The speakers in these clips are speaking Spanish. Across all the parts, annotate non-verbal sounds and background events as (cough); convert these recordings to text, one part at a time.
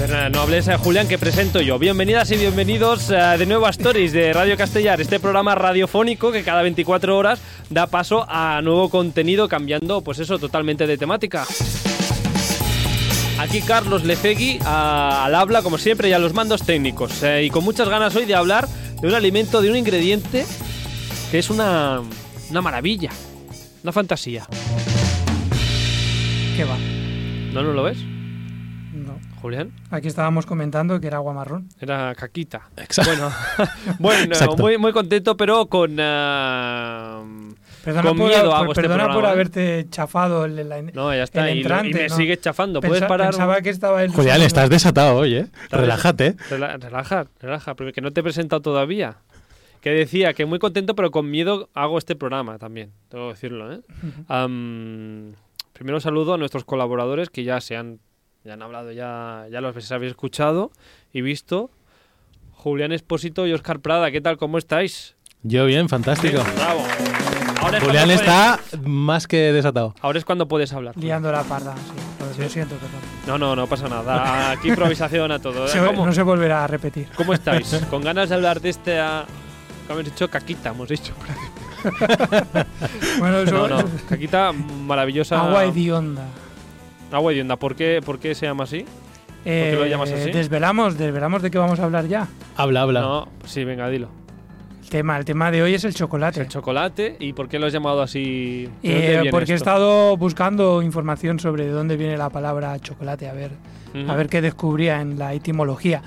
Julián, no hables a Julián que presento yo. Bienvenidas y bienvenidos eh, de nuevo a Stories de Radio Castellar, este programa radiofónico que cada 24 horas da paso a nuevo contenido cambiando, pues eso, totalmente de temática. Aquí Carlos Lefegui a- al habla, como siempre, y a los mandos técnicos. Eh, y con muchas ganas hoy de hablar de un alimento, de un ingrediente que es una, una maravilla, una fantasía. ¿Qué va? ¿No nos lo ves, No. Julián? Aquí estábamos comentando que era agua marrón. Era caquita. Exacto. Bueno, (laughs) bueno Exacto. muy, muy contento, pero con, ah, Perdona, con por, miedo hago por- este perdona por programa, ¿eh? haberte chafado el, el- el No, ya está. y lo- y, entrante. me ¿no? sigues chafando. ¿Puedes Pensa- parar? Pensaba que estaba el. Julián, estás desatado hoy, ¿eh? Claro. Relájate. Rela- relaja, relaja, porque que no te he presentado todavía. Que decía que muy contento, pero con miedo hago este programa también. Tengo que decirlo, ¿eh? Am, primero saludo a nuestros colaboradores que ya se han, ya han hablado, ya, ya los habéis escuchado y visto. Julián Espósito y Oscar Prada, ¿qué tal? ¿Cómo estáis? Yo bien, fantástico. Bravo. Ahora es Julián cuando está más que desatado. puedes- ahora es cuando puedes hablar. Liando la parda. sí. Lo- Lo siento, perdón. No, no, no pasa (laughs) nada. Aquí improvisación a todo. ¿eh? Se- ¿Cómo, no se volverá a repetir. cómo (laughs) estáis? ¿Con ganas de hablar de este... ah, ¿Qué hemos dicho? Caquita, hemos (laughs) dicho. Bueno, eso. (laughs) No, no. Caquita maravillosa. Agua hedionda. Agua hedionda. ¿Por qué, ¿Por qué se llama así? qué lo llamas así? Eh, Desvelamos, desvelamos de qué vamos a hablar ya. Habla, habla. No, sí, venga, dilo. El tema, el tema de hoy es el chocolate. El chocolate. ¿Y por qué lo has llamado así? ¿De Eh, dónde viene porque he esto? estado buscando información sobre de dónde viene la palabra chocolate, a ver, Ujú. a ver qué descubría en la etimología.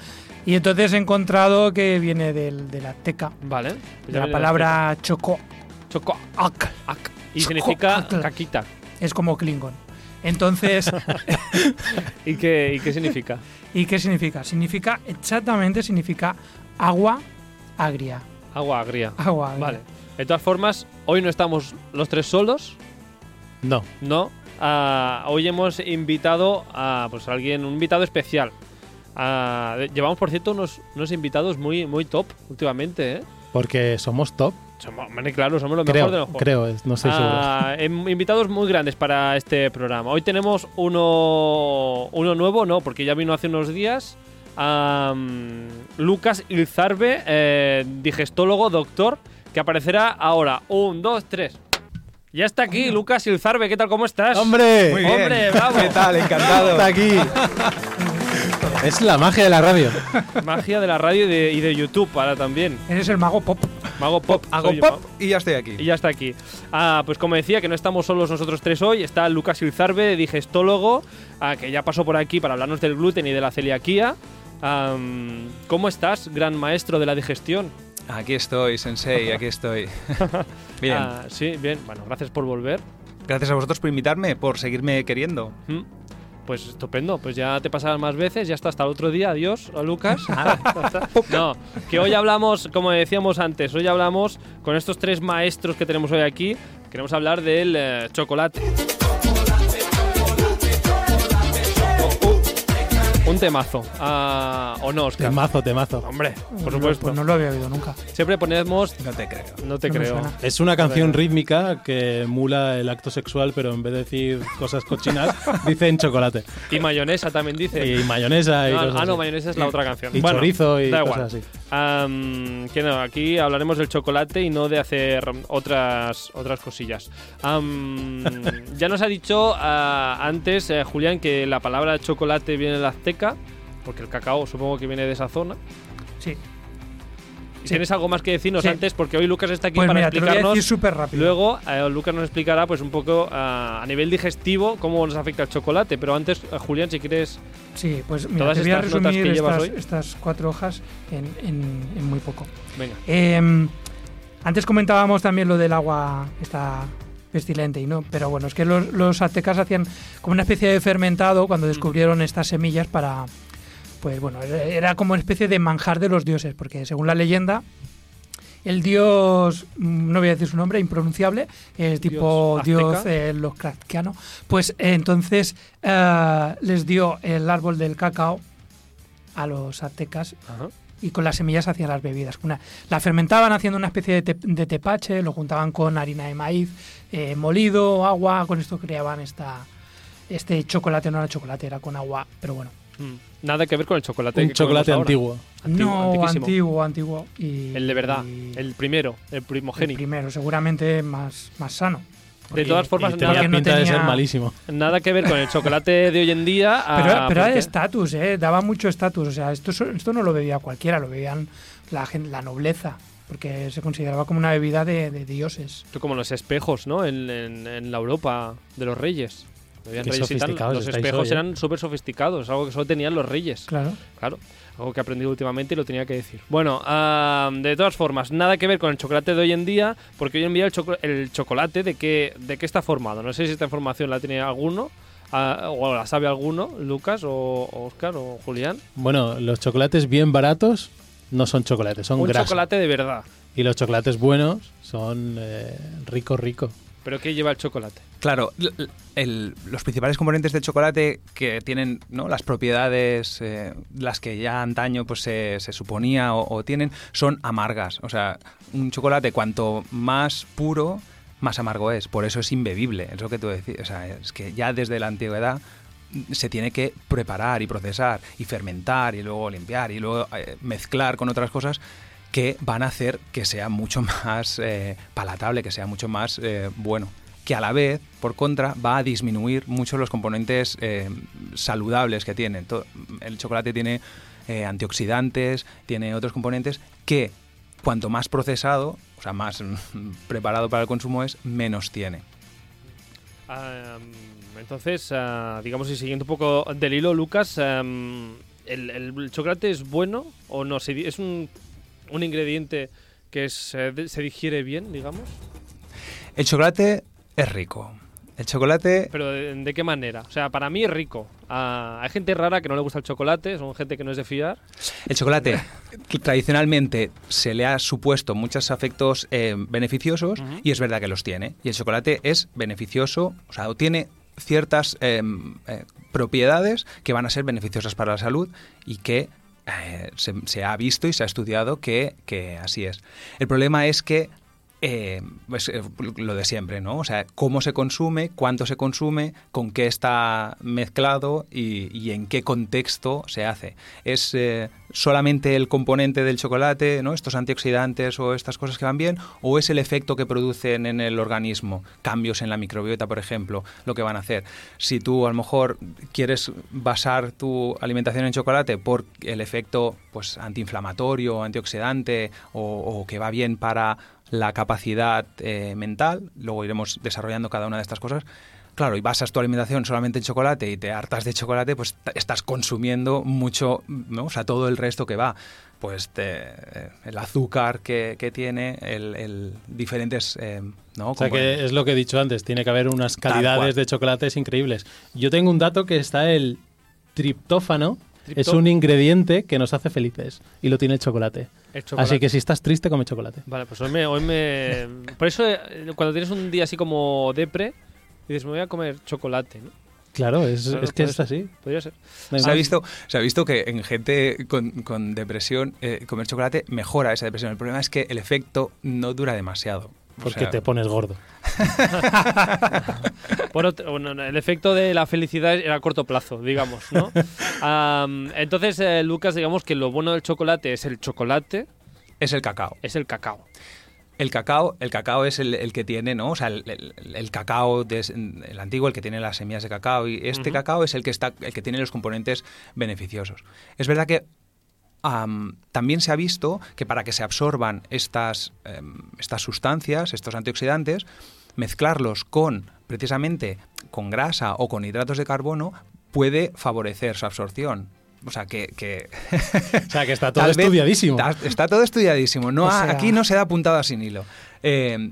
Y entonces he encontrado que viene del, del azteca, Vale. de la palabra choco, Choco. ac, ac, Y significa Chocoatl. caquita. es como klingon. Entonces, (laughs) ¿Y qué, ¿Y qué (laughs) significa? ¿y qué significa? Significa, exactamente significa agua agria. Agua agria. Agua agria. Vale. De todas formas, hoy no estamos los tres solos, No. ¿no? Ah, hoy hemos invitado a pues, a alguien, un invitado especial. Ah, de- llevamos, por cierto, unos, unos invitados muy, muy top últimamente, ¿eh? Porque somos top. Somos, hombre, claro, somos lo mejor de Creo, los mejor. creo, es- no estoy seguro. Ah, em- invitados muy grandes para este programa. Hoy tenemos uno, uno nuevo, no, porque ya vino hace unos días. am, Lucas Ilzarbe, eh, digestólogo, doctor, que aparecerá ahora. Un, dos, tres. Ya está aquí, Lucas Ilzarbe. ¿Qué tal? ¿Cómo estás? ¡Hombre! Muy bien. Hombre, bravo. ¿Qué tal? Encantado. Está aquí. (laughs) es la magia de la radio. Magia de la radio y de, y de YouTube ahora también. Eres el mago pop. Mago Pop. Hago soy yo, pop y ya estoy aquí. Y ya está aquí. Ah, pues como decía, que no estamos solos nosotros tres hoy. Está Lucas Ilzarbe, digestólogo, ah, que ya pasó por aquí para hablarnos del gluten y de la celiaquía. Am, ¿Cómo estás, gran maestro de la digestión? Aquí estoy, Sensei, (laughs) aquí estoy. Bien, Ah, sí, bien. Bueno, gracias por volver. gracias a vosotros por invitarme, por seguirme queriendo. Mm. Pues estupendo, pues ya te pasarás más veces, ya está hasta el otro día, adiós, (laughs) Lucas. (laughs) no, que hoy hablamos, como decíamos antes, hoy hablamos con estos tres maestros que tenemos hoy aquí, queremos hablar del eh, chocolate. Un temazo, ah, ¿o no, Oscar? Temazo, temazo. Hombre, por No, supuesto. pues no lo había oído nunca. Siempre ponemos, No te creo. no te No me creo. suena. Es una canción rítmica que emula el acto sexual, pero en vez de decir cosas (laughs) cochinas, dicen chocolate. Y mayonesa también dice. Y mayonesa y No, cosas ah, no, así. mayonesa es la otra canción. y Bueno, chorizo y da cosas igual. así. Am, que no, aquí hablaremos del chocolate y no de hacer otras, otras cosillas. (laughs) Am, ya nos ha dicho ah, antes eh, Julián que la palabra chocolate viene del azteca, porque el cacao supongo que viene de esa zona. Sí. ¿Y ¿Tienes algo más que decirnos Sí. antes? Porque hoy Lucas está aquí Pues para mira, te lo voy a explicarnos. decir súper rápido. Luego eh, Lucas nos explicará pues un poco ah, a nivel digestivo cómo nos afecta el chocolate. Pero antes, eh, Julián, si quieres Sí, pues mira, Todas te voy a estas notas que resumir llevas estas, hoy. estas cuatro hojas en, en- en muy poco. Venga. Eh, antes comentábamos también lo del agua esta pestilente y no, pero bueno, es que los, los aztecas hacían como una especie de fermentado cuando descubrieron estas semillas para, pues bueno, era como una especie de manjar de los dioses, porque según la leyenda el dios, mm, no voy a decir su nombre, impronunciable, es tipo Dios dios, azteca. eh, Lovecraftiano, pues eh, entonces eh, les dio el árbol del cacao a los aztecas Ajá. y con las semillas hacían las bebidas. Una, la fermentaban haciendo una especie de, te- de tepache, lo juntaban con harina de maíz, eh, molido, agua, con esto creaban esta, este chocolate, no era chocolate, era con agua, pero bueno. Mm. Nada que ver con el chocolate. Un que comemos chocolate ahora. antiguo. no, antiquísimo. antiguo, antiguo. Y, El de verdad, y el primero, el el primogénito. primero, seguramente más, más sano. de todas formas, Y nada, tenía no pinta de ser tenía- malísimo. nada que ver con el chocolate de hoy en día. a- (laughs) Pero, pero era porque- de estatus, ¿eh? daba mucho estatus. O sea, esto, so- esto no lo bebía cualquiera, lo bebían la, gen- la nobleza, porque se consideraba como una bebida de, de dioses. Esto como los espejos, ¿no? En, en- en la Europa de los reyes. Habían Qué reyes y tal. sofisticados Los estáis espejos hoy, ¿eh? eran súper sofisticados, algo que solo tenían los reyes. Claro. Claro, algo que he aprendido últimamente y lo tenía que decir. Bueno, ah, de todas formas, nada que ver con el chocolate de hoy en día, porque hoy en día el, choco- el chocolate, ¿de qué, ¿de qué está formado? No sé si esta información la tiene alguno, ah, o la sabe alguno, Lucas, o Oscar, o Julián. Bueno, los chocolates bien baratos no son chocolates, son Un grasa. chocolate de verdad. Y los chocolates buenos son eh, rico, rico. ¿Pero qué lleva el chocolate? Claro, l- l- el- los principales componentes del chocolate que tienen ¿no? las propiedades, eh, las que ya antaño pues, se, se suponía o, o tienen, son amargas. O sea, un chocolate cuanto más puro, más amargo es. Por eso es imbebible, es lo que tú decías. O sea, es que ya desde la antigüedad se tiene que preparar y procesar y fermentar y luego limpiar y luego eh, mezclar con otras cosas que van a hacer que sea mucho (laughs) más eh, palatable, que sea mucho más eh, bueno. Que a la vez, por contra, va a disminuir mucho los componentes eh, saludables que tiene. To- El chocolate tiene eh, antioxidantes, tiene otros componentes que cuanto más procesado, o sea, más mm, preparado para el consumo es, menos tiene. Ah, mm, entonces, ah, digamos, y siguiendo un poco del hilo, Lucas, ah, mm, ¿el, el chocolate es bueno o no? ¿Se di- ¿Es un, un ingrediente que se, de- se digiere bien, digamos? El chocolate es rico. El chocolate ¿Pero de, de qué manera? O sea, para mí es rico. Ah, hay gente rara que no le gusta el chocolate, son gente que no es de fiar. El chocolate que tradicionalmente se le ha supuesto muchos afectos eh, beneficiosos Ujú. y es verdad que los tiene. Y el chocolate es beneficioso, o sea, tiene ciertas eh, eh, propiedades que van a ser beneficiosas para la salud y que eh, se, se ha visto y se ha estudiado que, que así es. El problema es que eh, pues, eh, lo de siempre, ¿no? O sea, cómo se consume, cuánto se consume, con qué está mezclado y, y en qué contexto se hace. ¿Es eh, solamente el componente del chocolate, ¿no? estos antioxidantes o estas cosas que van bien? ¿O es el efecto que producen en el organismo? Cambios en la microbiota, por ejemplo, lo que van a hacer. Si tú a lo mejor quieres basar tu alimentación en chocolate por el efecto pues, antiinflamatorio, antioxidante o- o que va bien para la capacidad eh, mental, luego iremos desarrollando cada una de estas cosas. Claro, y basas tu alimentación solamente en chocolate y te hartas de chocolate, pues t- estás consumiendo mucho, ¿no? O sea, todo el resto que va. Pues te- eh, el azúcar que, que tiene, el, el diferentes, eh, ¿no? O sea Componentes. que es lo que he dicho antes, tiene que haber unas Tal cual. calidades de chocolates increíbles. Yo tengo un dato que está el triptófano, Triptó- es un ingrediente que nos hace felices y lo tiene el chocolate. El chocolate. Así que si estás triste, come chocolate. Vale, pues hoy me... Hoy me... Por eso, eh, cuando tienes un día así como depre, dices, me voy a comer chocolate, ¿no? Claro, es, Claro, pues, es que por es eso. así. Podría ser. No hay se ha más. visto, se ha visto que en gente con, con depresión, eh, comer chocolate mejora esa depresión. El problema es que el efecto no dura demasiado. O Porque sea, te pones gordo. Por otro- bueno, el efecto de la felicidad era a corto plazo, digamos, (laughs) ¿no? Am, entonces, eh, Lucas, digamos que lo bueno del chocolate es el chocolate, es el cacao. es el cacao. El cacao, el cacao es el, el que tiene, ¿no? O sea, el, el- el cacao, de- el antiguo, el que tiene las semillas de cacao, y este Ujú. cacao es el que, está, el que tiene los componentes beneficiosos. Es verdad que am, también se ha visto que para que se absorban estas, em, estas sustancias, estos antioxidantes, mezclarlos con, precisamente, con grasa o con hidratos de carbono puede favorecer su absorción. O sea, que- que (laughs) O sea, que está todo Tal vez- estudiadísimo. ta- Está, todo estudiadísimo. No O ha- sea- aquí no se da puntada sin hilo. Eh,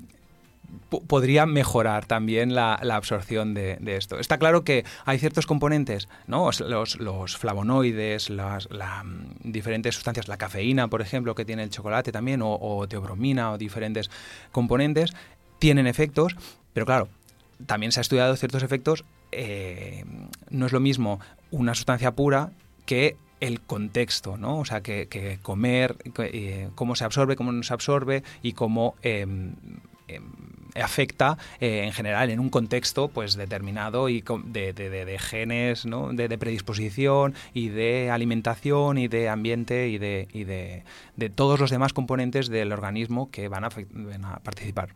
po- podría mejorar también la, la absorción de, de esto. Está claro que hay ciertos componentes, ¿no? Os- Los, los flavonoides, las la, mm, diferentes sustancias, la cafeína, por ejemplo, que tiene el chocolate también, o, o teobromina, o diferentes componentes, tienen efectos, pero claro, también se ha estudiado ciertos efectos. eh, no es lo mismo una sustancia pura que el contexto, ¿no? O sea, que, que comer, que, eh, cómo se absorbe, cómo no se absorbe y cómo em, em, afecta eh, en general en un contexto pues determinado y con- de, de- de- de genes, ¿no? de, de predisposición y de alimentación y de ambiente y de, y de, de todos los demás componentes del organismo que van a afect- van a participar.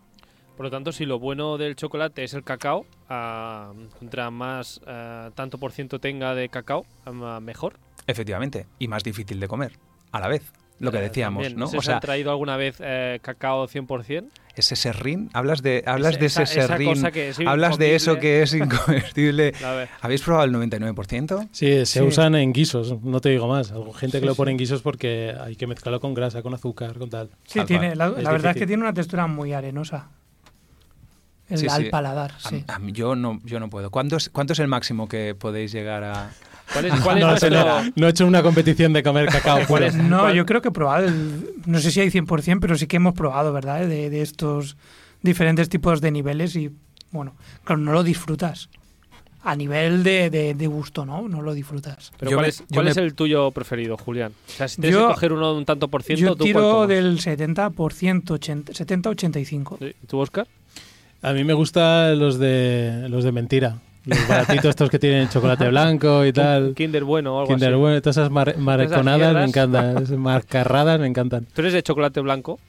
Por lo tanto, si lo bueno del chocolate es el cacao, ah, contra más ah, tanto por ciento tenga de cacao, ah, mejor. Efectivamente, y más difícil de comer a la vez. Lo que Eh, decíamos, también, ¿no? ¿Se O os sea, han traído alguna vez eh, cacao 100%? ese serrín, hablas de hablas Ese- de ese esa- esa serrín, cosa que es hablas de eso incomible. que (laughs) es inconvertible. A ver. ¿Habéis probado el 99%? Sí, se Sí. usan en guisos, no te digo más. Hay gente Sí, que lo sí. pone en guisos porque hay que mezclarlo con grasa, con azúcar, con tal. Sí, Tal tiene, cual. la, la Es verdad es que difícil. tiene una textura muy arenosa. El, Sí, al sí. paladar, A- (laughs) sí. a mí- yo no yo no puedo. ¿Cuánto es, cuánto es el máximo que podéis llegar a ¿Cuál (laughs) es, cuál es No, nuestro- señora, no he hecho una competición (laughs) de comer cacao ¿Cuál puro. es? No, ¿Cuál- yo creo que he probado, el- no sé si hay 100%, pero sí que hemos probado, ¿verdad? De, de estos diferentes tipos de niveles y, bueno, claro, no lo disfrutas. A nivel de, de- de gusto, ¿no? No lo disfrutas. Pero Yo ¿Cuál, me- es, yo cuál me- es el tuyo preferido, Julián? O sea, si tienes Yo- que coger uno de un tanto por ciento, Yo ¿tú cuál tiro tomas? del 70%, 80, 70-85. Sí, ¿Tú, Oscar? A mí me gustan los de, los de mentira. Los baratitos estos que tienen chocolate blanco y tal. Kinder bueno o algo Kinder así. bueno, todas esas mar- mareconadas me mierdas. (laughs) encantan. Esas Marcarradas me encantan. Tú eres de chocolate blanco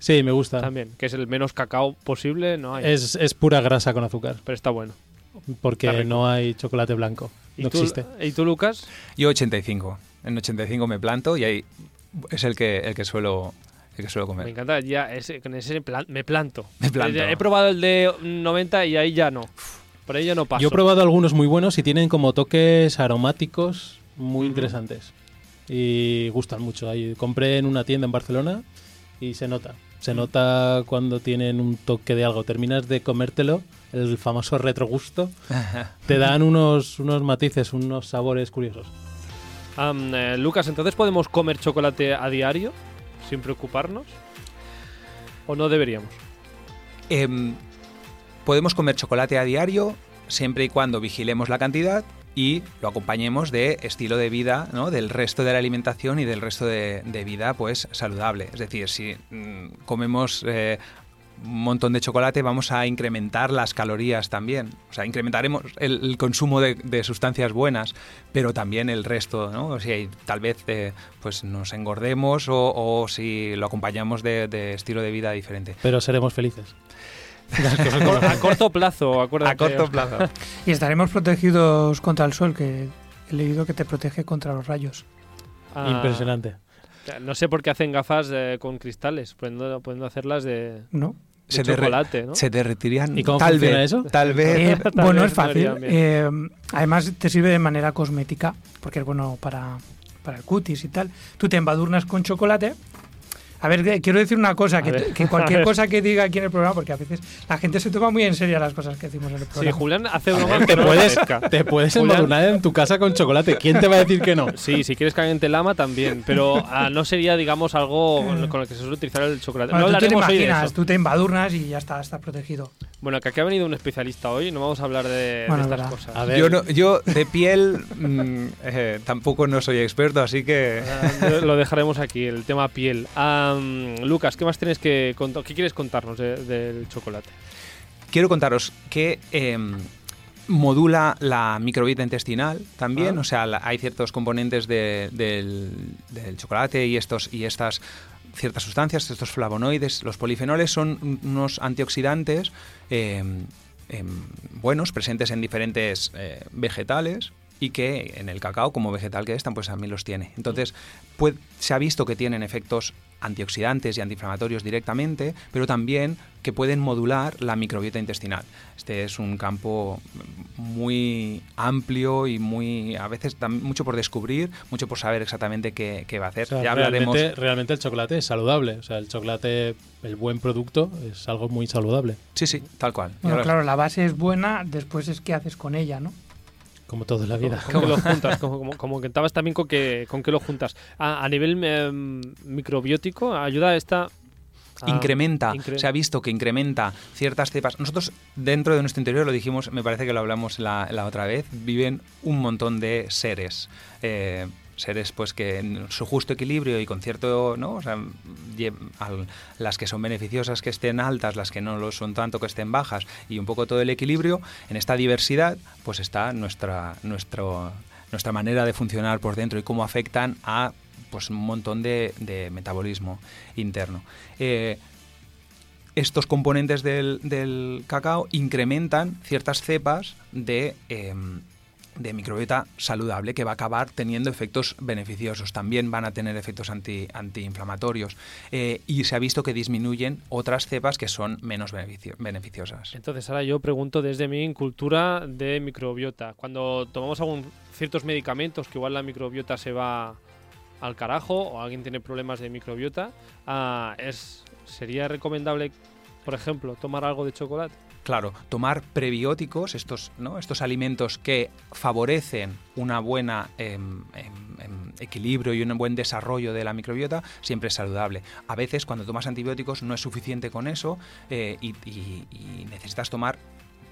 Sí, me gusta. también, que es el menos cacao posible, no hay. Es, es pura grasa con azúcar, Pero está bueno. Está porque rico. no hay chocolate blanco. ¿Y, No tú, existe. ¿Y tú, Lucas? Yo 85. En 85 me planto y ahí es el que el que suelo el que suelo Me comer. encanta, ya ese, con ese plan- me planto. Me planto. He probado el de 90 y ahí ya no. Por ahí ya no paso. Yo he probado algunos muy buenos y tienen como toques aromáticos muy Ujú. interesantes. Y gustan mucho. Ahí compré en una tienda en Barcelona y se nota. Se nota cuando tienen un toque de algo. Terminas de comértelo, el famoso retrogusto. (laughs) Te dan unos, unos matices, unos sabores curiosos. Am, eh, Lucas, ¿entonces podemos comer chocolate a diario sin preocuparnos? ¿O no deberíamos? Em, podemos comer chocolate a diario siempre y cuando vigilemos la cantidad y lo acompañemos de estilo de vida, ¿no? del resto de la alimentación y del resto de, de vida pues saludable. Es decir, si mm, comemos eh, un montón de chocolate vamos a incrementar las calorías también. O sea, incrementaremos el, el consumo de, de sustancias buenas, pero también el resto, ¿no? O sea, y tal vez eh, pues nos engordemos o, o si lo acompañamos de- de estilo de vida diferente. Pero seremos felices. A, cor- a corto (laughs) plazo, acuérdate. A corto plazo. Y estaremos protegidos contra el sol, que he leído que te protege contra los rayos. Ah, Impresionante. No sé por qué hacen gafas eh, con cristales, pudiendo, pudiendo hacerlas de, de ¿no? Se derre- chocolate, ¿no? Se derretirían. ¿Y cómo tal funciona vez, eso? Tal Eh, vez. Tal (laughs) bueno, vez es fácil. no haría Eh, además, te sirve de manera cosmética, porque es bueno para, para el cutis y tal. Tú te embadurnas con chocolate. A ver, que- quiero decir una cosa, A que, ver, (laughs) que a cualquier ver. cosa que diga aquí en el programa, porque a veces la gente se toma muy en serio las cosas que decimos en el Sí, programa. Julián hace bromas Te que no le puedes, parezca. te puedes Julián. embadurnar en tu casa con chocolate. ¿Quién te va a decir que no? Sí, si quieres caliente lama también, pero ah, no sería, digamos, algo con lo- con lo que se suele utilizar el chocolate. Bueno, no tú te lo hablaremos hoy de imaginas, eso. tú te embadurnas y ya está, está protegido. Bueno, que aquí ha venido un especialista hoy, no vamos a hablar de, de Bueno, estas verdad. cosas. Ah, A ver, (laughs) Yo, no- yo de piel mm, (laughs) eh, tampoco no soy experto, así que. Ah, lo dejaremos aquí, el tema piel. Am, Lucas, ¿qué más tienes que contar? ¿Qué quieres contarnos de- del chocolate? Quiero contaros que em, modula la microbiota intestinal también, Ah. o sea, la- hay ciertos componentes de- del, del chocolate y estos y estas ciertas sustancias, estos flavonoides, los polifenoles son un- unos antioxidantes em, em, buenos, presentes en diferentes eh, vegetales y que en el cacao, como vegetal que es, tan- pues también los tiene. Entonces, pue- se ha visto que tienen efectos antioxidantes y antiinflamatorios directamente, pero también que pueden modular la microbiota intestinal. Este es un campo muy amplio y muy a veces tam- mucho por descubrir, mucho por saber exactamente qué, qué va a hacer. O sea, ya hablaremos. realmente, realmente el chocolate es saludable. O sea, el chocolate, el buen producto, es algo muy saludable, Sí, sí, tal cual. Ya Bueno, hablas- claro, la base es buena, después es qué haces con ella, ¿no? como todo en (laughs) la vida. ¿Cómo, que lo juntas? Como, como, como contabas también con que, con que lo juntas. A, a nivel em, microbiótico, ayuda a esta... a- incrementa, ah, incre- se ha visto que incrementa ciertas cepas. Nosotros dentro de nuestro interior, lo dijimos, me parece que lo hablamos la, la otra vez, viven un montón de seres. eh, seres pues que en su justo equilibrio y con cierto, ¿no? O sea, lle- al- las que son beneficiosas que estén altas, las que no lo son tanto que estén bajas y un poco todo el equilibrio, en esta diversidad pues está nuestra nuestro nuestra manera de funcionar por dentro y cómo afectan a pues un montón de, de metabolismo interno. Eh, estos componentes del, del cacao incrementan ciertas cepas de, em, de microbiota saludable que va a acabar teniendo efectos beneficiosos. También van a tener efectos anti, antiinflamatorios eh, y se ha visto que disminuyen otras cepas que son menos beneficio- beneficiosas. Entonces, ahora yo pregunto desde mi cultura de microbiota. Cuando tomamos algún, ciertos medicamentos, que igual la microbiota se va al carajo o alguien tiene problemas de microbiota, ah, es, ¿sería recomendable, por ejemplo, tomar algo de chocolate? Claro, tomar prebióticos, estos, ¿no? estos alimentos que favorecen una buena em, em, em, equilibrio y un buen desarrollo de la microbiota, siempre es saludable. A veces cuando tomas antibióticos no es suficiente con eso eh, y, y- y necesitas tomar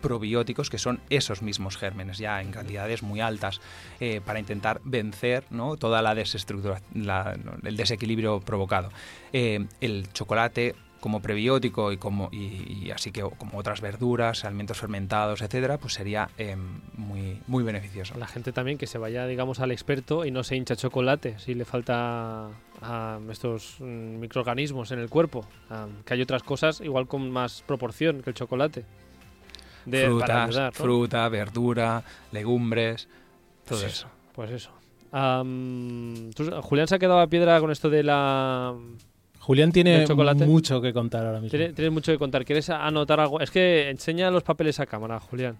probióticos que son esos mismos gérmenes ya en cantidades muy altas eh, para intentar vencer ¿no? toda la desestructura la- el desequilibrio provocado Eh, el chocolate como prebiótico y como y, y así que como otras verduras alimentos fermentados etcétera pues sería em, muy muy beneficioso La gente también que se vaya, digamos, al experto y no se hincha chocolate si le falta a estos mm, microorganismos en el cuerpo. Ah, que hay otras cosas igual con más proporción que el chocolate. De, para frutas ayudar, ¿no? fruta verdura legumbres todo Sí. eso Pues eso. Am, tú- Julián se ha quedado a piedra con esto de la... Julián tiene ¿Del chocolate? mucho que contar ahora mismo. Tiene- Tienes mucho que contar. ¿Quieres anotar algo? Es que enseña los papeles a cámara, Julián.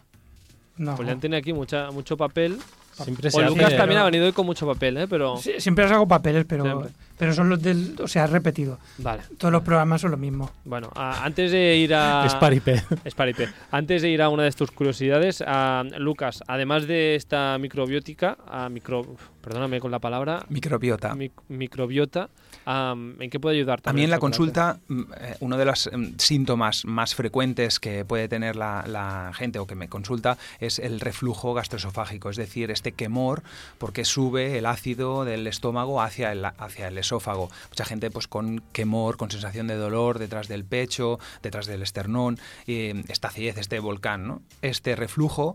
No. Julián tiene aquí mucha, mucho papel. Siempre se O hace- Lucas pero- también ha venido hoy con mucho papel, ¿eh? Pero... Sie- Siempre os hago papeles, pero, Siempre. pero son los del. O sea, repetido. Vale. Todos los programas son lo mismo. Bueno, a- antes de ir a... es paripé. Es paripé. Antes de ir a una de tus curiosidades, a Lucas, además de esta microbiótica, a micro, perdóname con la palabra, microbiota mic- microbiota, am, ¿en qué puede ayudar? También el en la chocolate? consulta, mm, eh, uno de los mm, síntomas más frecuentes que puede tener la, la gente o que me consulta es el reflujo gastroesofágico, es decir, este quemor porque sube el ácido del estómago hacia el, hacia el esófago. Mucha gente pues con quemor, con sensación de dolor detrás del pecho, detrás del esternón, eh, esta acidez, este volcán, ¿no? Este reflujo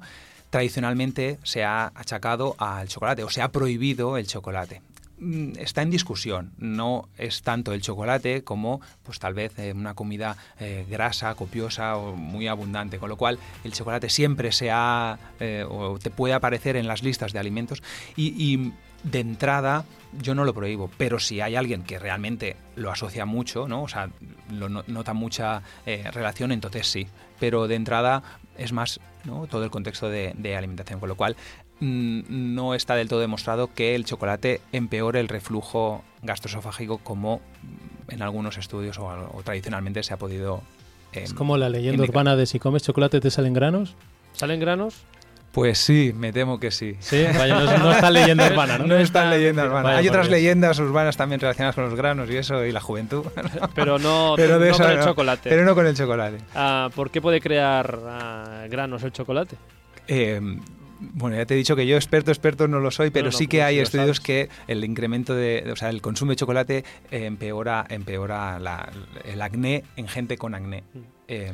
tradicionalmente se ha achacado al chocolate o se ha prohibido el chocolate. Mm, Está en discusión, no es tanto el chocolate como pues tal vez eh, una comida eh, grasa, copiosa o muy abundante, con lo cual el chocolate siempre se ha eh, o te puede aparecer en las listas de alimentos y, y de entrada yo no lo prohíbo, pero si hay alguien que realmente lo asocia mucho, ¿no? O sea, lo no- nota mucha eh, relación, entonces sí. Pero de entrada es más ¿no? todo el contexto de, de alimentación, con lo cual mm, no está del todo demostrado que el chocolate empeore el reflujo gastroesofágico como mm, en algunos estudios o, algo- o tradicionalmente se ha podido... eh, Es como la leyenda indica. urbana de si comes chocolate te salen granos. ¿Salen granos? Pues sí, me temo que sí. Sí, (laughs) vaya, no, es- no está leyenda urbana, ¿no? No están leyendas urbanas. Vaya, Hay por otras Dios. leyendas urbanas también relacionadas con los granos y eso, y la juventud. Pero no, (laughs) Pero de no eso con el no. chocolate. Pero no con el chocolate. Ah, ¿Por qué puede crear ah, granos el chocolate? Eh, bueno, ya te he dicho que yo experto, experto no lo soy, pero no, sí pero que hay sí lo estudios sabes. que el incremento de, o sea, el consumo de chocolate eh, empeora, empeora la- el acné en gente con acné. Mm. Eh,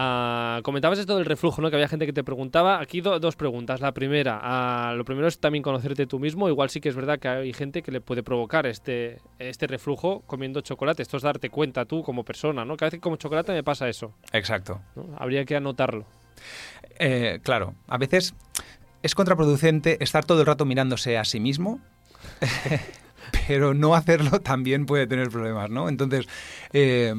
Ah, comentabas esto del reflujo, ¿no? Que había gente que te preguntaba. Aquí do- dos preguntas. La primera, ah, lo primero es también conocerte tú mismo. Igual sí que es verdad que hay gente que le puede provocar este, este reflujo comiendo chocolate. Esto es darte cuenta tú como persona, ¿no? Cada vez que como chocolate me pasa eso. exacto. ¿no? Habría que anotarlo. Eh, claro, a veces es contraproducente estar todo el rato mirándose a sí mismo, (laughs) pero no hacerlo también puede tener problemas, ¿no? Entonces, eh,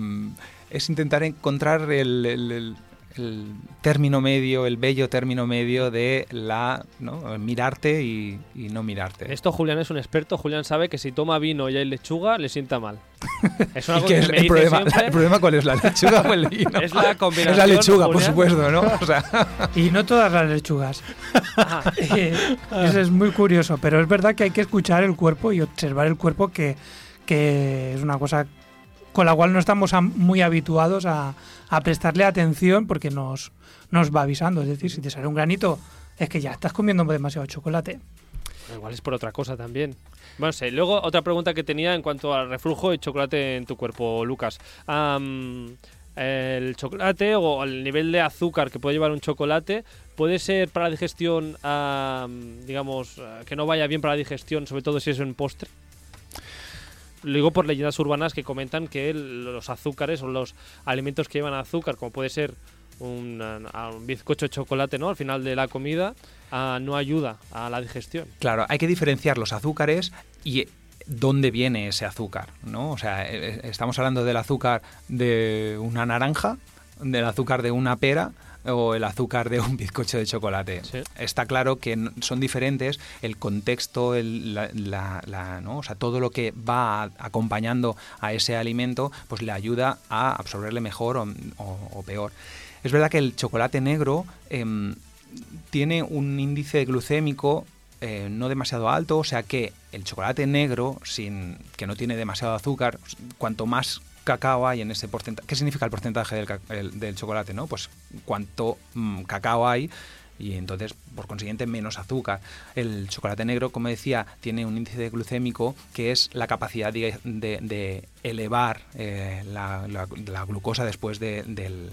es intentar encontrar el, el- el- el término medio, el bello término medio de la ¿no? mirarte y, y no mirarte. Esto Julián es un experto. Julián sabe que si toma vino y hay lechuga, le sienta (laughs) mal. Es una (laughs) ¿Y cosa qué que, es me el, dice problema, siempre. ¿El problema cuál es? ¿La lechuga o el vino? (laughs) Es la combinación. Es la lechuga, por Julián. supuesto, ¿no? O sea, Y no todas las (laughs) lechugas. (laughs) Ajá. Eh, Eso es muy curioso, pero es verdad que hay que escuchar el cuerpo y observar el cuerpo, que, que es una cosa con la cual no estamos am- muy habituados a, a prestarle atención porque nos, nos va avisando. Es decir, si te sale un granito, es que ya estás comiendo demasiado chocolate. Igual es por otra cosa también. Bueno, sé. Luego, otra pregunta que tenía en cuanto al reflujo y chocolate en tu cuerpo, Lucas. Am, el chocolate o el nivel de azúcar que puede llevar un chocolate puede ser para la digestión, am, digamos, eh, que no vaya bien para la digestión, sobre todo si es un postre. Lo digo por leyendas urbanas que comentan que el- los azúcares o los alimentos que llevan azúcar, como puede ser un, ah, un bizcocho de chocolate ¿no? al final de la comida, ah, no ayuda a la digestión. Claro, hay que diferenciar los azúcares y dónde viene ese azúcar, ¿no? O sea, eh, eh, estamos hablando del azúcar de una naranja, del azúcar de una pera o el azúcar de un bizcocho de chocolate. Sí. Está claro que n- son diferentes el contexto, el- la, la- la- ¿no? o sea, todo lo que va a- acompañando a ese alimento, pues le ayuda a absorberle mejor o, o- o peor. Es verdad que el chocolate negro em, tiene un índice glucémico eh, no demasiado alto, o sea que el chocolate negro, sin, que no tiene demasiado azúcar, cuanto más cacao hay en ese porcentaje. ¿Qué significa el porcentaje del, ca- el- del chocolate? ¿no? Pues cuanto mm, cacao hay y entonces, por consiguiente, menos azúcar. El chocolate negro, como decía, tiene un índice glucémico que es la capacidad de, de- de elevar eh, la, la- la glucosa después de- del,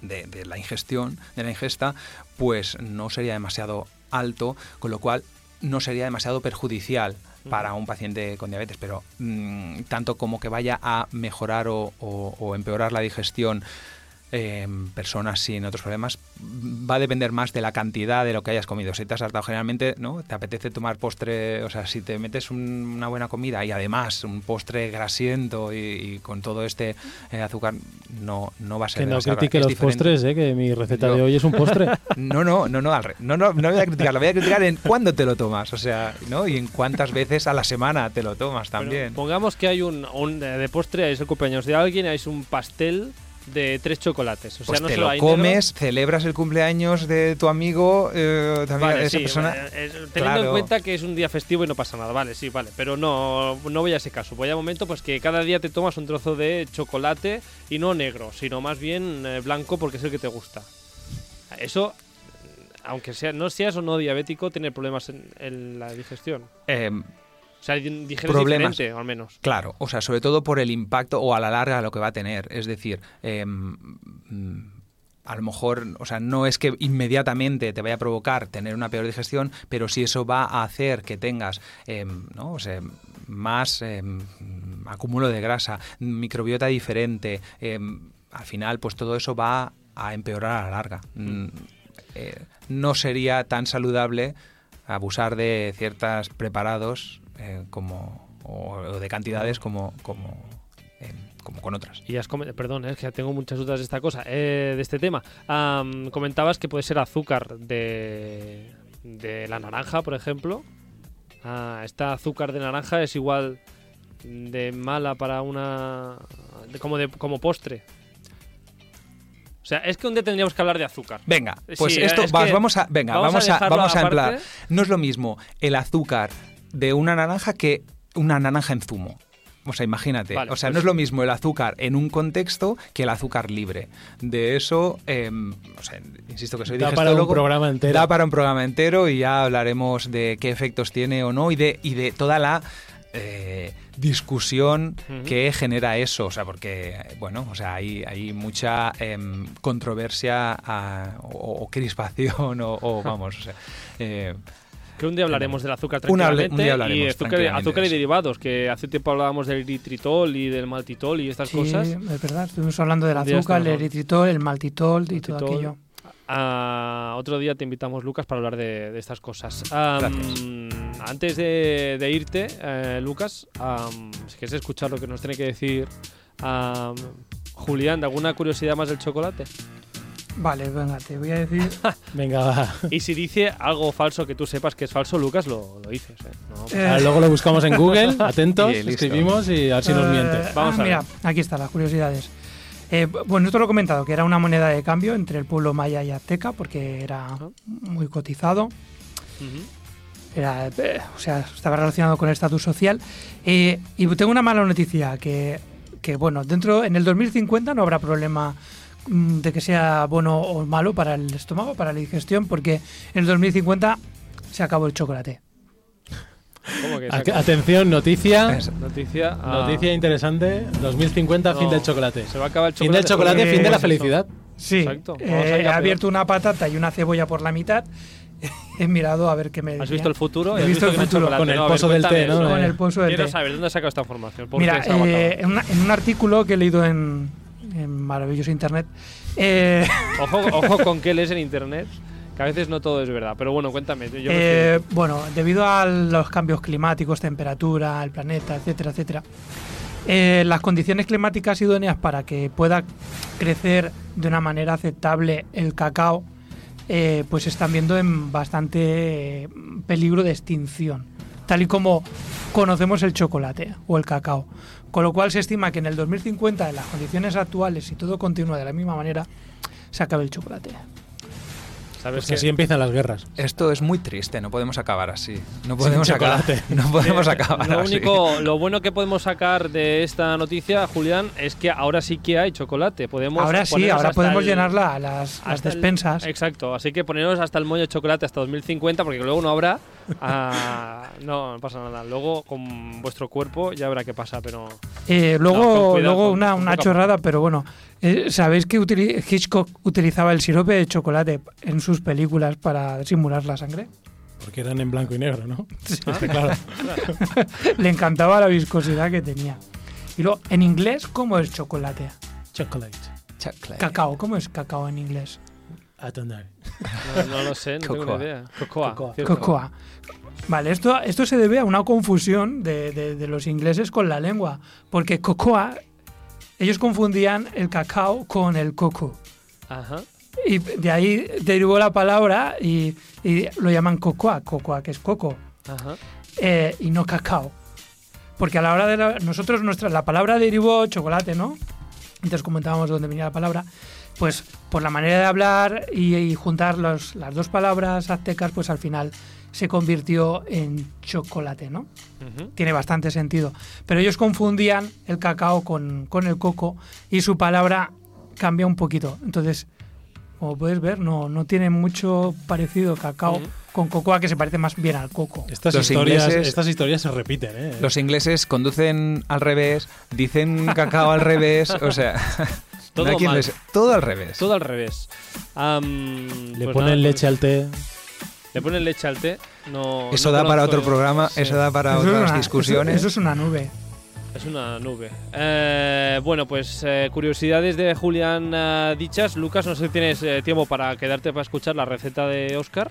de, de la ingestión, de la ingesta, pues no sería demasiado alto, con lo cual no sería demasiado perjudicial para un paciente con diabetes, pero mm, tanto como que vaya a mejorar o, o- o empeorar la digestión en personas sin otros problemas, va a depender más de la cantidad de lo que hayas comido. Si te has hartado generalmente, ¿no? Te apetece tomar postre, o sea, si te metes un- una buena comida y además un postre grasiento y, y con todo este eh, azúcar, no, no va a ser Que no demasiado- critique es los diferente. postres, ¿eh? que mi receta Yo- de hoy es un postre. No, no, no, no, al re- no, no, no voy a criticar, lo voy a criticar en cuándo te lo tomas, o sea, ¿no? Y en cuántas veces a la semana te lo tomas Pero también. pongamos que hay un, un, eh, de postre, es el cumpleaños de alguien, hay un pastel de tres chocolates. O sea, Pues no te solo lo hay comes, celebras el cumpleaños de tu amigo, eh, negro- también Vale, esa sí, persona. vale, es- teniendo en Claro. cuenta que es un día festivo y no pasa nada, vale, sí, vale, pero no, no voy a ese caso. Voy a un momento pues que cada día te tomas un trozo de chocolate y no negro, sino más bien eh, blanco porque es el que te gusta. Eso, aunque sea, no seas o no diabético, tiene problemas en, en la digestión. Em, O sea, digieres Problemas. diferente, al menos. Claro, o sea, sobre todo por el impacto o a la larga lo que va a tener. Es decir, em, mm, a lo mejor, o sea, no es que inmediatamente te vaya a provocar tener una peor digestión, pero sí eso va a hacer que tengas em, ¿no? O sea, más em, acúmulo de grasa, microbiota diferente. em, al final, pues todo eso va a empeorar a la larga. Mm, eh, no sería tan saludable abusar de ciertos preparados eh, como o, o de cantidades como como, eh, como con otras. Y has comen- perdón, eh, es que ya tengo muchas dudas de esta cosa, eh, de este tema. Am, comentabas que puede ser azúcar de, de la naranja, por ejemplo. Ah, esta azúcar de naranja es igual de mala para una de- como de como postre. O sea, es que un día tendríamos que hablar de azúcar. Venga, pues Sí, esto es vas- que vamos a venga, vamos a vamos a dejarlo vamos a aparte. emplear. No es lo mismo el azúcar de una naranja que una naranja en zumo. O sea, imagínate. Vale, o sea, pues- no es lo mismo el azúcar en un contexto que el azúcar libre. De eso, eh, o sea, insisto que soy Da para un digestólogo, programa entero. Da para un programa entero y ya hablaremos de qué efectos tiene o no y de, y de toda la eh, discusión Ujú. que genera eso. O sea, porque, bueno, o sea, hay, hay mucha em, controversia ah, o, o crispación (laughs) o, o vamos, o sea, eh, Que un día hablaremos del azúcar Un hable- tranquilamente un día hablaremos y de azúcar, tranquilamente azúcar y de eso. derivados, que hace tiempo hablábamos del eritritol y del maltitol y estas Sí, cosas. es verdad. Estuvimos hablando del Un día azúcar, el estamos- eritritol, el maltitol y todo Maltitol. aquello. Ah, otro día te invitamos, Lucas, para hablar de, de estas cosas. Am, Gracias. antes de, de irte, eh, Lucas, am, si quieres escuchar lo que nos tiene que decir am, Julián, de alguna curiosidad más del (laughs) chocolate. Vale, venga, te voy a decir. Venga, va. Y si dice algo falso que tú sepas que es falso, Lucas, lo, lo dices. ¿eh? No, Eh, Ahora luego lo buscamos en Google, atentos, Y listo. escribimos y a ver si nos Eh, miente. Vamos ah, a ver. Mira, aquí está, las curiosidades. Eh, bu- bueno, esto lo he comentado, que era una moneda de cambio entre el pueblo maya y azteca, porque era muy cotizado. Ujú. era, eh, o sea, estaba relacionado con el estatus social. Eh, y tengo una mala noticia, que, que, bueno, dentro, en el 2050 no habrá problema mm, de que sea bueno o malo para el estómago, para la digestión, porque en el 2050 se acabó el chocolate. ¿Cómo que Ac- saca? Atención, (laughs) noticia. Es- Noticia. ah, Noticia interesante. 2050, fin No. del chocolate. Se va a acabar el Fin chocolate. del chocolate, Eh, fin de la pues eso. felicidad. Sí, Exacto. eh, Vamos a ir he a abierto una patata y una cebolla por la mitad. (laughs) He mirado a ver qué me. ¿Has decía. visto el futuro? He ¿Has visto el que no hay futuro. chocolate? Con el No, a ver, pozo del té, cuéntame ¿no? eso. Con el pozo del Quiero té. saber dónde ha sacado esta información. ¿Por Mira, qué se ha matado? eh, en, una- en un artículo que he leído en, en maravilloso internet. eh, Ojo, ojo con qué lees en internet, que a veces no todo es verdad. Pero bueno, cuéntame. Yo, yo no Eh, sé. bueno, debido a los cambios climáticos, temperatura, el planeta, etcétera, etcétera, eh, las condiciones climáticas idóneas para que pueda crecer de una manera aceptable el cacao, eh, pues se están viendo en bastante eh, peligro de extinción, tal y como conocemos el chocolate o el cacao. Con lo cual se estima que en el 2050, en las condiciones actuales, si todo continúa de la misma manera, se acabe el chocolate. ¿Sabes Pues qué? así empiezan las guerras. Esto es muy triste, no podemos acabar así. No podemos acabar, chocolate. (laughs) no podemos acabar Eh, Lo así. único, lo bueno que podemos sacar de esta noticia, Julián, es que ahora sí que hay chocolate. Podemos Ahora sí, ponernos ahora hasta podemos el- llenar la- las, las hasta el- despensas. exacto, así que poneros hasta el moño de chocolate hasta 2050, porque luego no habrá. ah, no, no pasa nada. Luego con vuestro cuerpo ya habrá qué pasa, pero. Eh, luego No, con cuidado, luego con- una, con una poca- chorrada, pero bueno. Eh, ¿Sabéis que utili- Hitchcock utilizaba el sirope de chocolate en sus películas para simular la sangre? (laughs) Porque eran en blanco y negro, ¿no? (laughs) Está claro. Le encantaba la viscosidad que tenía. Y luego, en inglés, ¿cómo es chocolate? Chocolate. Chocolate. Cacao, ¿cómo es cacao en inglés? Atendar. No, no lo sé, no tengo Cocoa. ni idea. Cocoa. Cocoa. cierto. Cocoa. Vale, esto, esto se debe a una confusión de, de- de los ingleses con la lengua, porque cocoa, ellos confundían el cacao con el coco. Ajá. Y de ahí derivó la palabra y, y lo llaman cocoa, cocoa que es coco, Ajá. eh, y no cacao. Porque a la hora de la- nosotros, nuestra, la palabra derivó chocolate, ¿no? Entonces comentábamos dónde venía la palabra. Pues por la manera de hablar y, y juntar los- las dos palabras aztecas, pues al final se convirtió en chocolate, ¿no? Ujú. Tiene bastante sentido. Pero ellos confundían el cacao con, con el coco y su palabra cambia un poquito. Entonces, como puedes ver, no, no tiene mucho parecido cacao Ujú. con cocoa, que se parece más bien al coco. Estas Los historias, ingleses- estas historias se repiten, ¿eh? Los ingleses conducen al revés, dicen cacao al revés, o sea, no (laughs) Todo hay quien mal. les- todo al revés. Todo al revés. Am, Le pues ponen nada, leche al té. Le ponen leche al té. No, eso no da para conozco otro yo. programa, Sí. eso da para Eso es otras una- discusiones. Eso, eso es una nube. Es una nube. Eh, bueno, pues eh, curiosidades de Julián eh, dichas. Lucas, no sé si tienes eh, tiempo para quedarte para escuchar la receta de Oscar.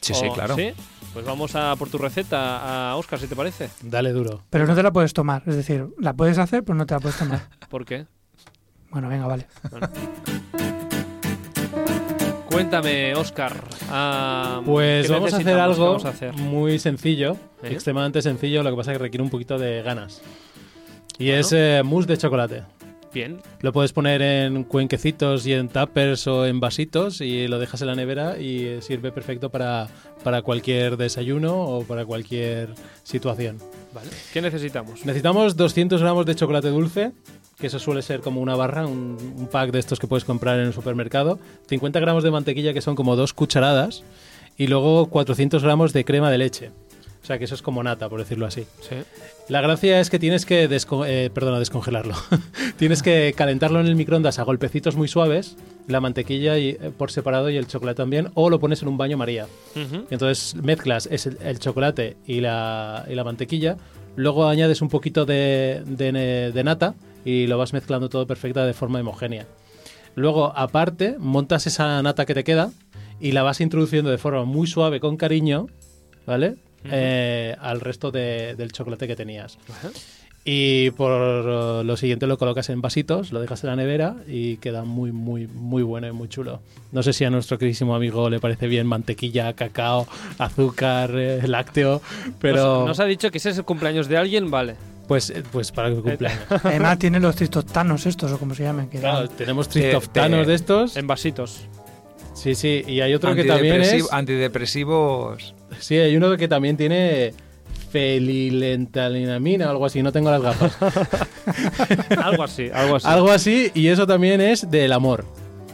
sí, sí, claro. ¿sí? Pues vamos a por tu receta, a Oscar, si te parece. Dale duro. Pero no te la puedes tomar. Es decir, la puedes hacer, pero no te la puedes (laughs) tomar. ¿Por qué? Bueno, venga, vale. Cuéntame, Oscar. ah, Pues ¿qué vamos a hacer necesitamos? algo ¿Qué vamos a hacer? muy sencillo, ¿Eh? extremadamente sencillo, lo que pasa es que requiere un poquito de ganas. Y es eh, mousse de chocolate. Bien, Lo puedes poner en cuenquecitos y en tuppers o en vasitos y lo dejas en la nevera y eh, sirve perfecto para, para cualquier desayuno o para cualquier situación. vale. ¿Qué necesitamos? Necesitamos 200 gramos de chocolate dulce, que eso suele ser como una barra, un, un pack de estos que puedes comprar en el supermercado. 50 gramos de mantequilla, que son como dos cucharadas. Y luego 400 gramos de crema de leche. O sea que eso es como nata, por decirlo así. Sí. La gracia es que tienes que desco- eh, perdona, descongelarlo. (laughs) tienes que calentarlo en el microondas a golpecitos muy suaves, la mantequilla y, eh, por separado y el chocolate también, o lo pones en un baño María. Ujú. Entonces mezclas ese- el, chocolate y la, y la mantequilla, luego añades un poquito de, de ne- de nata y lo vas mezclando todo perfecta de forma homogénea. Luego, aparte, montas esa nata que te queda y la vas introduciendo de forma muy suave, con cariño, ¿vale? Eh, al resto de- del chocolate que tenías. Ajá. Y por eh, lo siguiente lo colocas en vasitos, lo dejas en la nevera y queda muy, muy, muy bueno y muy chulo. No sé si a nuestro queridísimo amigo le parece bien mantequilla, cacao, azúcar, eh, lácteo, pero Nos, nos ha dicho que ese es el cumpleaños de alguien, vale. pues, eh, pues para que cumpleaños. eh, Además, tiene los tristostanos estos, o como se llaman. Que Claro, dan- tenemos Te- triptoftanos te- eh, de estos. En vasitos. Sí, sí, y hay otro que también Antidepresi- es... Antidepresivos. Sí, hay uno que también tiene felilentalinamina o algo así, no tengo (laughs) las gafas. Algo así, algo así. Algo así, y eso también es del amor.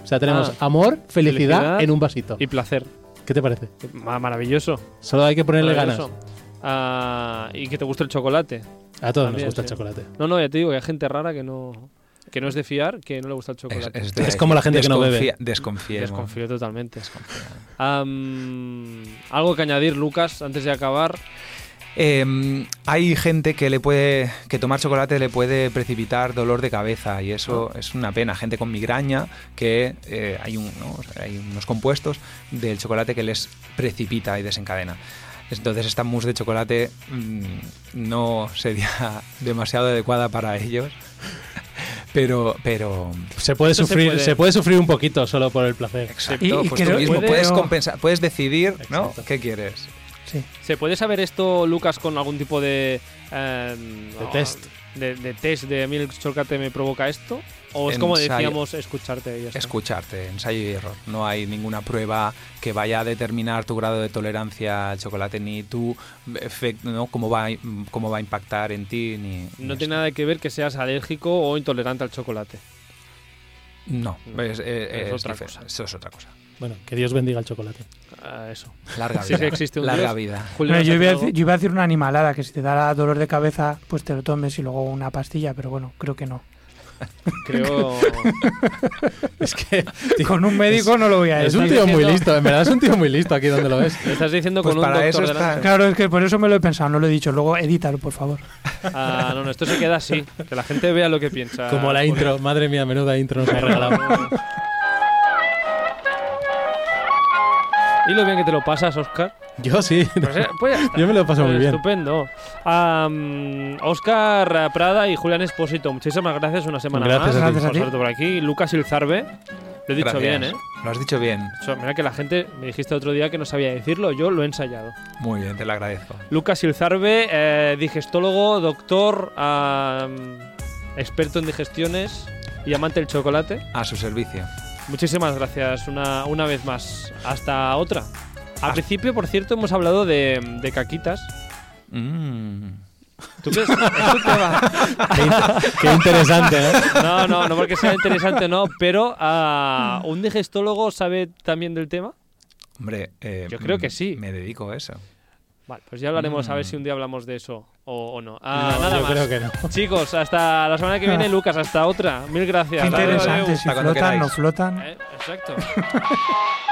O sea, tenemos Ah. amor, felicidad, Felicidad en un vasito. Y placer. ¿Qué te parece? Ma- Maravilloso. Solo hay que ponerle ganas. Maravilloso. Ah, y que te guste el chocolate. A todos También, nos gusta el sí. chocolate. No, no, ya te digo que hay gente rara que no, que no es de fiar, que no le gusta el Es, chocolate. es de- Es como la gente que no bebe. desconfía- Desconfiemos. Desconfío totalmente. Am, algo que añadir, Lucas, antes de acabar. Eh, hay gente que le puede que tomar chocolate le puede precipitar dolor de cabeza y eso es una pena. Gente con migraña que eh, hay, un- ¿no? O sea, hay unos compuestos del chocolate que les precipita y desencadena. Entonces esta mousse de chocolate mm, no sería (laughs) demasiado adecuada para ellos, (laughs) pero pero Se puede, Eso (laughs) se sufrir, se, puede. puede. sufrir un poquito solo por el placer. exacto, y pues creo- tú mismo puede- puedes creo- compensar, puedes decidir, ¿no? Exacto. ¿Qué quieres? Sí. ¿Se puede saber esto, Lucas, con algún tipo de. em, De ah, test. De, de test de a mí el chocolate me provoca esto? ¿O es como Ensayo. decíamos, escucharte? y ya está? escucharte, ensayo y error. No hay ninguna prueba que vaya a determinar tu grado de tolerancia al chocolate, ni tu efecto, ¿no? cómo, va, a- cómo va a impactar en ti, ni... No ni tiene esto. nada que ver que seas alérgico o intolerante al chocolate. No, No, es, eh, es es otra difer- cosa. Eso es otra cosa. Bueno, que Dios bendiga el chocolate. Ah, eso. Larga Si vida. es que existe un larga Dios. vida. Julio, Bueno, ¿has yo, iba a hecho decir, algo? yo iba a decir una animalada, que si te da dolor de cabeza, pues te lo tomes y luego una pastilla, pero bueno, creo que no. creo. (laughs) Es que (laughs) Con un médico no lo voy a es decir. un tío muy listo, en verdad es un tío muy listo aquí donde lo ves. Lo estás diciendo Pues con un para eso doctor está- delante. Claro, es que por eso me lo he pensado, no lo he dicho. Luego edítalo, por favor. Ah, no, no, esto se queda así. Que la gente vea lo que piensa. (laughs) Como la Julio. intro, madre mía, menuda intro nos ha regalado. Y lo bien que te lo pasas, (laughs) Oscar. Yo sí, Pues, eh, pues ya está. yo me lo paso muy bien. Estupendo. Oscar Prada y Julián Espósito, muchísimas gracias una semana Gracias más a ti. por Gracias a ti. estar por aquí. Lucas Ilzarbe, lo he dicho Gracias. bien, ¿eh? Lo has dicho bien. O sea, mira que la gente me dijiste otro día que no sabía decirlo, yo lo he ensayado. Muy bien, te lo agradezco. Lucas Ilzarbe, eh, digestólogo, doctor, am, experto en digestiones y amante del chocolate. A su servicio. Muchísimas gracias una, una vez más. Hasta otra. Al principio, por cierto, hemos hablado de, de caquitas. Mm. ¿Tú crees? Es un tema- Qué, in- qué interesante, ¿eh? No, no, no porque sea interesante, no. Pero ah, ¿un digestólogo sabe también del tema? Hombre, eh, Yo creo que mm, sí. Me dedico a eso. Vale, pues ya hablaremos a ver Mm. si un día hablamos de eso o, o no. (laughs) Ah, No, nada yo más. creo que no. Chicos, hasta la semana que (laughs) viene, Lucas. Hasta Eh, otra. Mil Qué gracias. Hasta luego, interesante, adiós. si Hasta cuando flotan, no flotan. queráis. Eh, Exacto.